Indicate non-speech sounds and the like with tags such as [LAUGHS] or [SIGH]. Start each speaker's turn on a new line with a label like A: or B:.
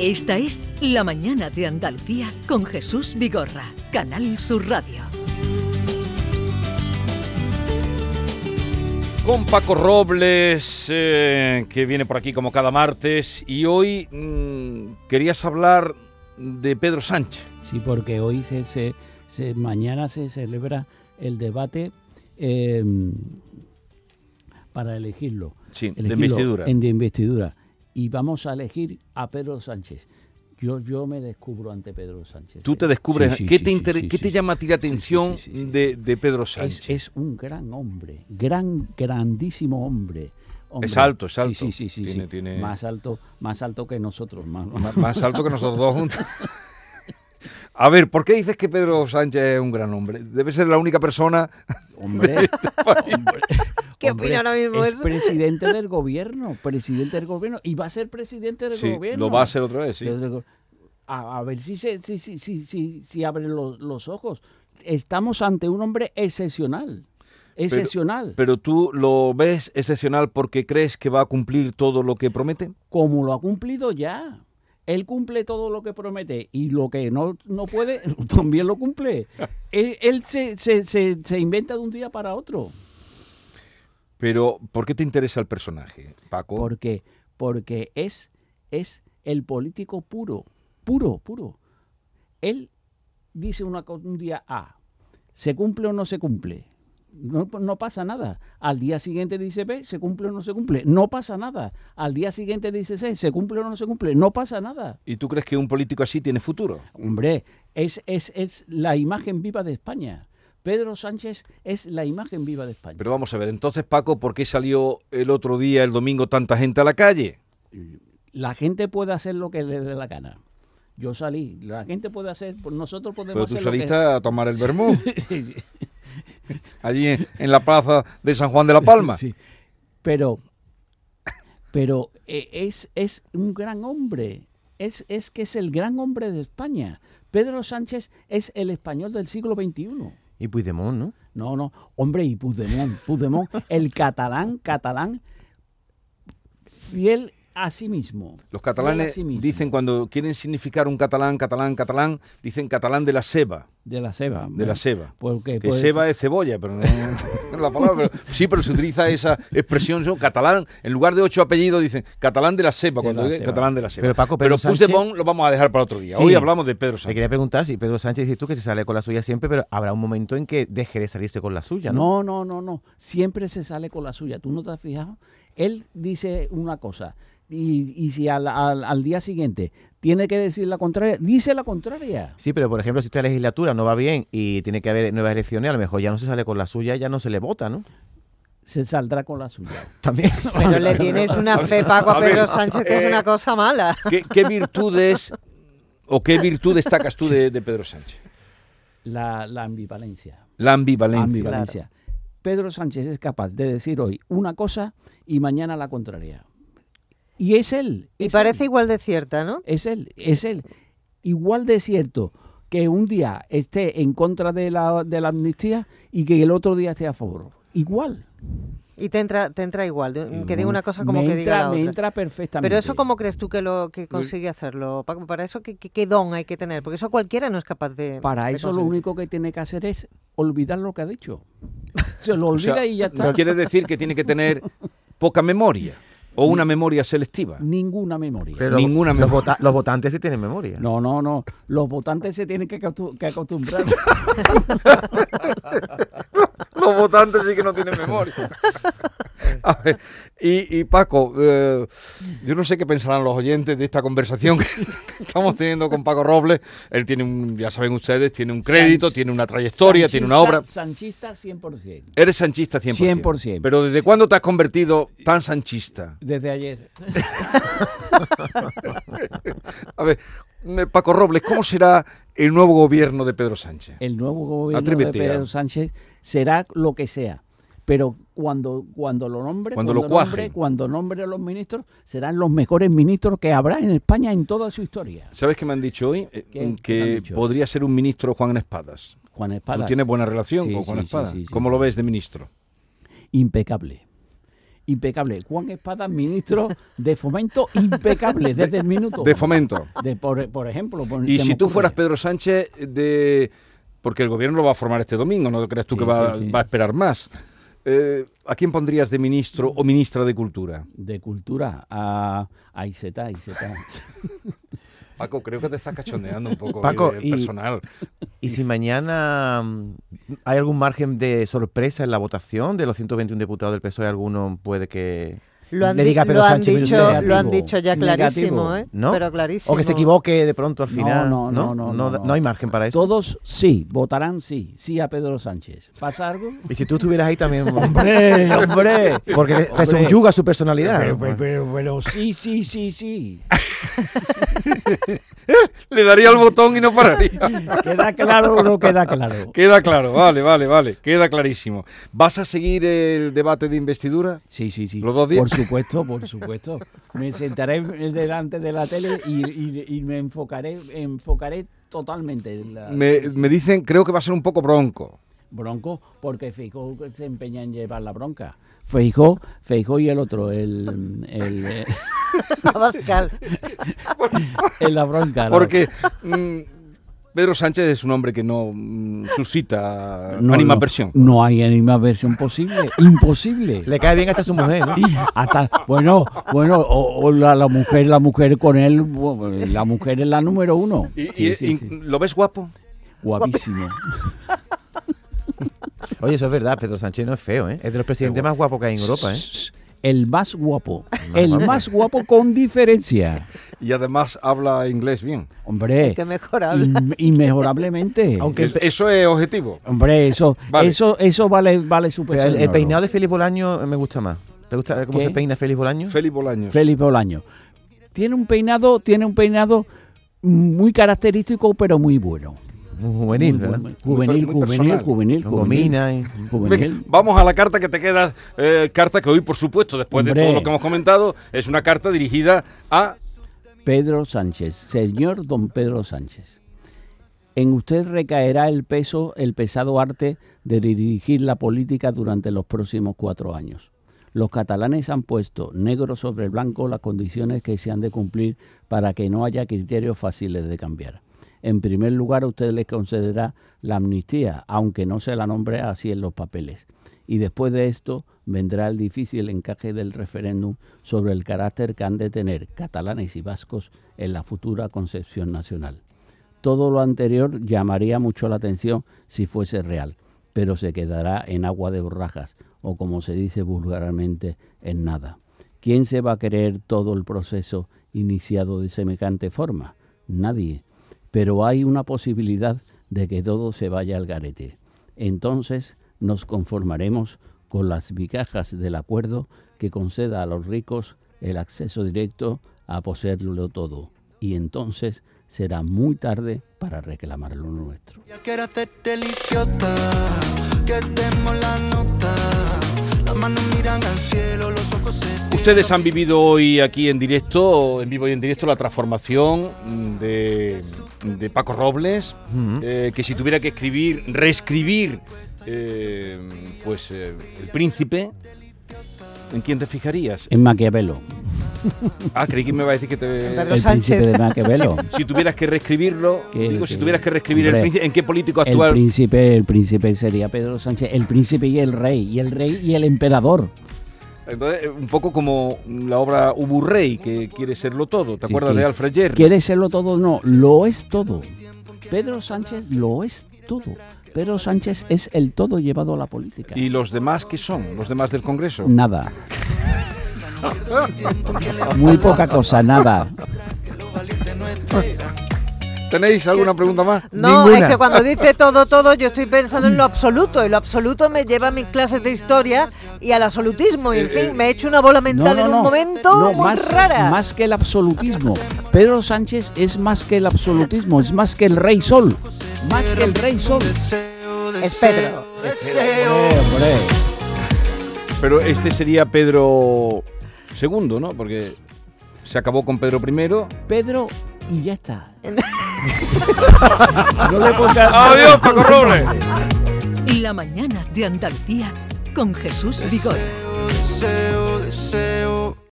A: Esta es La Mañana de Andalucía con Jesús Vigorra, Canal Sur Radio.
B: Con Paco Robles, eh, que viene por aquí como cada martes, y hoy mm, querías hablar de Pedro Sánchez.
C: Sí, porque hoy se, se, se- mañana se celebra el debate eh, para elegirlo.
B: Sí, de
C: Elegirlo
B: investidura.
C: En de investidura. Y vamos a elegir a Pedro Sánchez. Yo, yo me descubro ante Pedro Sánchez.
B: Tú te
C: Eh,
B: descubres,
C: sí, sí,
B: ¿qué,
C: sí,
B: te
C: sí,
B: inter-
C: sí,
B: qué
C: sí,
B: te
C: sí.
B: llama a ti la
C: Sí, sí,
B: atención
C: sí, sí, sí.
B: De, de Pedro
C: Es,
B: Sánchez?
C: es un gran hombre, gran, grandísimo hombre. Hombre.
B: Es alto, es
C: Sí,
B: alto.
C: Sí, sí, sí,
B: Tiene-
C: sí.
B: tiene-
C: Más alto, más alto que nosotros, más,
B: Ma- Más alto que nosotros dos juntos. A ver, ¿por qué dices que Pedro Sánchez es un gran hombre? Debe ser la única persona. [LAUGHS]
C: Hombre,
B: Este
C: hombre,
D: ¿Qué
C: hombre,
D: opina ahora mismo
C: Es
D: eso?
C: presidente del gobierno, presidente del gobierno, y va a ser presidente del
B: Sí,
C: gobierno.
B: lo va a hacer otra vez, sí.
C: Desde el go- A, a ver si se, si, si, si, si, si abre los, los ojos. Estamos ante un hombre excepcional. Excepcional.
B: Pero tú lo ves excepcional porque crees que va a cumplir todo lo que promete.
C: como lo ha cumplido ya. Él cumple todo lo que promete y lo que no, no puede [LAUGHS] también lo
B: [LAUGHS]
C: cumple. Él, él se, se, se, se inventa de un día para otro.
B: Pero, ¿por qué te interesa el personaje, Paco?
C: Porque, porque es, es el político puro, puro, puro. Él dice una, co- un día A, se cumple o no se cumple. No, no pasa nada. Al día siguiente dice B, se cumple o no se cumple. No pasa nada. Al día siguiente dice C, se cumple o no se cumple. No pasa nada.
B: ¿Y tú crees que un político así tiene futuro?
C: Hombre, es, es, es la imagen viva de España. Pedro Sánchez es la imagen viva de España.
B: Pero vamos a ver, entonces, Paco, ¿por qué salió el otro día, el domingo, tanta gente a la calle?
C: la gente puede hacer lo que le dé la gana. Yo salí, la gente puede hacer, pues nosotros
B: Pero
C: podemos
B: tú
C: hacer lo que-
B: saliste a tomar
C: [LAUGHS]
B: el vermú,
C: Sí, sí,
B: allí en, en la plaza de San Juan de la Palma.
C: sí. Pero, pero eh, es, es un gran hombre. Es, es que es el gran hombre de España. Pedro Sánchez es el español del siglo XXI.
E: Y Puigdemont, ¿no?
C: No, no, hombre, y Puigdemont, Puigdemont, el catalán, catalán, fiel a sí mismo.
B: Los
C: Fiel
B: catalanes
C: a sí mismo.
B: dicen cuando quieren significar un catalán, catalán, catalán, dicen catalán de la seba,
C: De la ceba.
B: de la seba.
C: Porque,
B: Que
C: pues,
B: seba es cebolla, pero no [LAUGHS] es la palabra. pero sí, pero se utiliza esa expresión. Yo, catalán, en lugar de ocho apellidos, dicen catalán de la seba.
C: De
B: cuando
C: la
B: diga
C: seba.
B: catalán de la seba.
E: Pero, Paco, Pedro Sánchez-
B: Puigdemont lo vamos a dejar para otro día.
E: Sí.
B: Hoy hablamos de Pedro
E: Le
B: Sánchez.
E: quería preguntar si Pedro Sánchez dices tú que se sale con la suya siempre, pero habrá un momento en que deje de salirse con la suya, ¿no?
C: No, no, no, no. Siempre se sale con la suya. ¿Tú no te has fijado? Él dice una cosa y, y si al, al- al día siguiente tiene que decir la contraria, dice la contraria.
E: Sí, pero por ejemplo, si esta legislatura no va bien y tiene que haber nuevas elecciones, a lo mejor ya no se sale con la suya, ya no se le vota, ¿no?
C: Se saldrá con la suya.
E: También.
D: Pero le tienes una fe, Paco,
B: A
D: a
B: ver,
D: Pedro Sánchez, que
B: eh,
D: es una cosa mala.
B: ¿Qué, qué virtudes o qué virtud destacas tú de, de Pedro Sánchez?
C: La, la ambivalencia.
B: La ambivalencia.
C: Ambivalencia. Pedro Sánchez es capaz de decir hoy una cosa y mañana la contraria. Y es él.
D: Y
C: es
D: parece
C: él.
D: igual de cierta, ¿no?
C: Es él, es él. Igual de cierto que un día esté en contra de la, de la amnistía y que el otro día esté a favor. Igual.
D: Y te entra, te entra igual, de- que diga una cosa como
C: me
D: que
C: entra,
D: diga la
C: me
D: otra.
C: entra perfectamente.
D: Pero eso, ¿cómo crees tú que lo que consigue hacerlo, Paco? Para eso, ¿qué, qué- qué don hay que tener? Porque eso cualquiera no es capaz de.
C: Para
D: de
C: eso lo
D: conseguir.
C: único que tiene que hacer es olvidar lo que ha dicho. Se
B: [LAUGHS]
C: lo
B: O sea,
C: olvida y ya está.
B: ¿no quiere decir que tiene que tener poca memoria o una memoria selectiva.
C: Ninguna memoria.
E: Pero
B: Ninguna
E: los,
B: memoria.
E: vota- los votantes sí tienen memoria.
C: No, no, no. Los votantes se tienen que, acostum- que acostumbrar.
B: Los votantes sí que no tienen memoria. A ver, y, y Paco, eh, yo no sé qué pensarán los oyentes de esta conversación que estamos teniendo con Paco Robles. Él tiene un, ya saben ustedes, tiene un [LAUGHS] crédito,
C: Sanch-
B: tiene una trayectoria, tiene una obra.
C: Sanchista 100%.
B: Eres sanchista 100%.
C: 100%.
B: Pero ¿desde cuándo te has convertido tan sanchista?
C: Desde ayer.
B: A ver, eh, Paco Robles, ¿cómo será el nuevo gobierno de Pedro Sánchez?
C: el nuevo gobierno
B: Atrévete
C: de
B: a-
C: Pedro Sánchez será lo que sea. Pero cuando, cuando lo nombre,
B: Cuando lo
C: nombre,
B: cuajen.
C: cuando nombre a los ministros, serán los mejores ministros que habrá en España en toda su historia.
B: ¿Sabes qué me han dicho hoy? Eh,
C: ¿Qué? ¿Qué te han
B: Que
C: dicho?
B: podría ser un ministro Juan Espadas.
C: Juan
B: Tú
C: Espada,
B: tienes buena relación
C: Sí,
B: con Juan
C: sí, sí,
B: Espadas.
C: sí, sí.
B: ¿Cómo lo ves de ministro?
C: impecable. impecable. Juan Espada, ministro de Fomento, impecable desde el
B: [LAUGHS]
C: minuto.
B: De
C: uno.
B: fomento.
C: De, por, por ejemplo. por-
B: Y
C: se
B: si
C: me
B: tú
C: ocurre.
B: fueras Pedro Sánchez de... Porque el gobierno lo va a formar este domingo, ¿no crees tú
C: Sí,
B: que va,
C: sí, sí.
B: va a esperar más? Eh, ¿A quién pondrías de ministro o ministra de Cultura?
C: De cultura a, a Iseta,
B: [LAUGHS]
C: Iseta.
B: Paco, creo que te estás cachondeando un poco
E: Paco,
B: eh,
E: y-
B: personal.
E: ¿Y si mañana mm, hay algún margen de sorpresa en la votación de los 121 diputados del PSOE? E? ¿Alguno puede que
D: Lo han,
E: le
D: di-
E: diga a Pedro
D: lo han
E: Sánchez, mire usted,
D: dicho, lo han
C: negativo,
D: dicho ya clarísimo,
C: negativo,
D: ¿eh?
E: ¿no?
D: Pero clarísimo.
E: O que se
D: [LAUGHS]
E: equivoque de pronto al
C: No,
E: final.
C: no, no, no, no,
E: da-
C: no.
E: hay margen para eso.
C: Todos sí, votarán sí, sí a Pedro Sánchez. ¿Pasa algo?
E: Y si tú estuvieras ahí
D: [LAUGHS]
E: también.
C: ¡Hombre, hombre! [LAUGHS]
E: Porque te- te
C: Hombre.
E: subyuga su personalidad.
C: Pero, pero, pero- pero sí, sí, sí, sí.
B: Le daría al botón y no
C: [LAUGHS]
B: pararía.
C: ¿Queda claro o no queda claro?
B: Queda claro, vale, vale, vale. Queda clarísimo. ¿Vas a seguir el debate de investidura?
C: Sí, sí, sí.
B: ¿Los dos días?
C: Por supuesto, por supuesto. Me sentaré delante de la tele y, y- y me enfocaré enfocaré totalmente en la
B: Me, me dicen, creo que va a ser un poco
C: [LAUGHS]
B: bronco.
C: bronco porque Feijó se empeña en llevar la bronca. Feijó, Feijó y el otro, el, el, eh,
D: Abascal.
C: en la bronca. ¿no?
B: Porque mm, Pedro Sánchez es un hombre que no mm, suscita
C: No,
B: animaversión.
C: No, no hay animaversión posible, imposible.
E: Le cae bien hasta su mujer, ¿no?
C: Hasta, bueno, bueno, o, o la, la mujer, la mujer con él, bueno, la mujer es la número uno.
B: Y- y-
C: Sí, sí,
B: y-
C: sí.
B: ¿Lo ves guapo?
C: Guapísimo.
E: [LAUGHS] Oye, eso es verdad, Pedro Sánchez no es feo, ¿eh? Es de los presidentes más guapos que hay en Europa, ¿eh?
C: El más guapo,
E: más
C: el
E: guapo.
C: más guapo con diferencia.
B: Y además habla inglés bien.
C: Hombre,
D: que mejor habla.
C: in- inmejorablemente.
E: Aunque el,
B: Es-
E: pe-
B: Eso es objetivo.
C: Hombre, eso,
B: Vale.
C: eso, eso vale, vale su
E: pero
C: peso.
E: el-
C: en
E: el
C: oro.
E: peinado de Félix Bolaño me gusta más. ¿Te gusta cómo
C: ¿Qué?
E: se peina Félix Bolaño?
B: Félix Bolaños.
C: Felipe Olaño. Tiene un peinado, tiene un peinado muy característico, pero muy bueno.
E: Muy juvenil,
C: Muy
E: ¿verdad?
C: bueno. Juvenil,
B: muy
C: juvenil,
B: personal.
C: juvenil,
E: Con
C: juvenil.
E: gomina y-
C: juvenil.
B: Venga, vamos a la carta que te queda, eh, carta que hoy, por supuesto, después de
C: Hombre.
B: todo lo que hemos comentado, es una carta dirigida a...
C: Pedro Sánchez, señor don Pedro Sánchez. En usted recaerá el peso, el pesado arte de dirigir la política durante los próximos cuatro años. Los catalanes han puesto negro sobre blanco las condiciones que se han de cumplir para que no haya criterios fáciles de cambiar. En primer lugar, usted les concederá la amnistía, aunque no se la nombre así en los papeles. Y después de esto vendrá el difícil encaje del referéndum sobre el carácter que han de tener catalanes y vascos en la futura concepción nacional. Todo lo anterior llamaría mucho la atención si fuese real, pero se quedará en agua de borrajas o como se dice vulgarmente, en nada. ¿Quién se va a creer todo el proceso iniciado de semejante forma? Nadie. Pero hay una posibilidad de que todo se vaya al garete. Entonces nos conformaremos con las migajas del acuerdo que conceda a los ricos el acceso directo a poseerlo todo. Y entonces será muy tarde para reclamar lo nuestro.
F: Ya quiero hacerte el idiota, que demos la nota. Las manos miran al cielo, los ojos se cierran.
B: Ustedes han vivido hoy aquí en directo, en vivo y en directo, la transformación mm, de, de Paco Robles,
E: Ujú.
B: eh, que si tuviera que escribir, reescribir, eh, pues eh, El Príncipe, ¿en quién te fijarías?
C: En Maquiavelo.
B: Ah, creí que me iba a decir que
D: Pedro
B: te...
C: El
D: Sánchez.
C: príncipe de
D: [LAUGHS]
C: Maquiavelo.
B: [LAUGHS] Si tuvieras que reescribirlo,
C: Que-
B: digo, si
C: que-
B: tuvieras que reescribir El
C: hombre,
B: Príncipe, ¿en qué político
C: El
B: actual?
C: príncipe, el príncipe sería Pedro Sánchez, el príncipe y el rey, y el rey y el emperador.
B: Entonces, eh, un poco como la obra Uburrey, que quiere serlo todo. ¿Te
C: Sí,
B: acuerdas
C: que-
B: de Alfred Jerry?
C: ¿Quiere serlo todo? No, lo es todo. Pedro Sánchez lo es todo. Pedro Sánchez es el todo llevado a la política.
B: ¿Y los demás qué son? ¿Los demás del Congreso?
C: Nada. Muy poca cosa, nada.
B: ¿Tenéis alguna pregunta más?
D: No,
E: Ninguna.
D: es que cuando dice todo, todo, yo estoy pensando en lo absoluto. Y lo absoluto me lleva a mis clases de historia y al absolutismo. Y
C: Eh,
D: en fin, me he hecho una bola mental en un momento
C: No,
D: muy
C: más,
D: rara.
C: más que el absolutismo. Pedro Sánchez es más que el absolutismo, es más que el rey sol. Más que el rey sol.
F: Deseo,
D: Es Pedro.
F: deseo, deseo.
B: Pero este sería Pedro II, ¿no? Porque se acabó con Pedro I.
C: Pedro y ya está. No le ponga-
B: ¡Adiós, Paco Robles!
A: La mañana de Andalucía con Jesús Vigorra.
F: deseo. deseo, deseo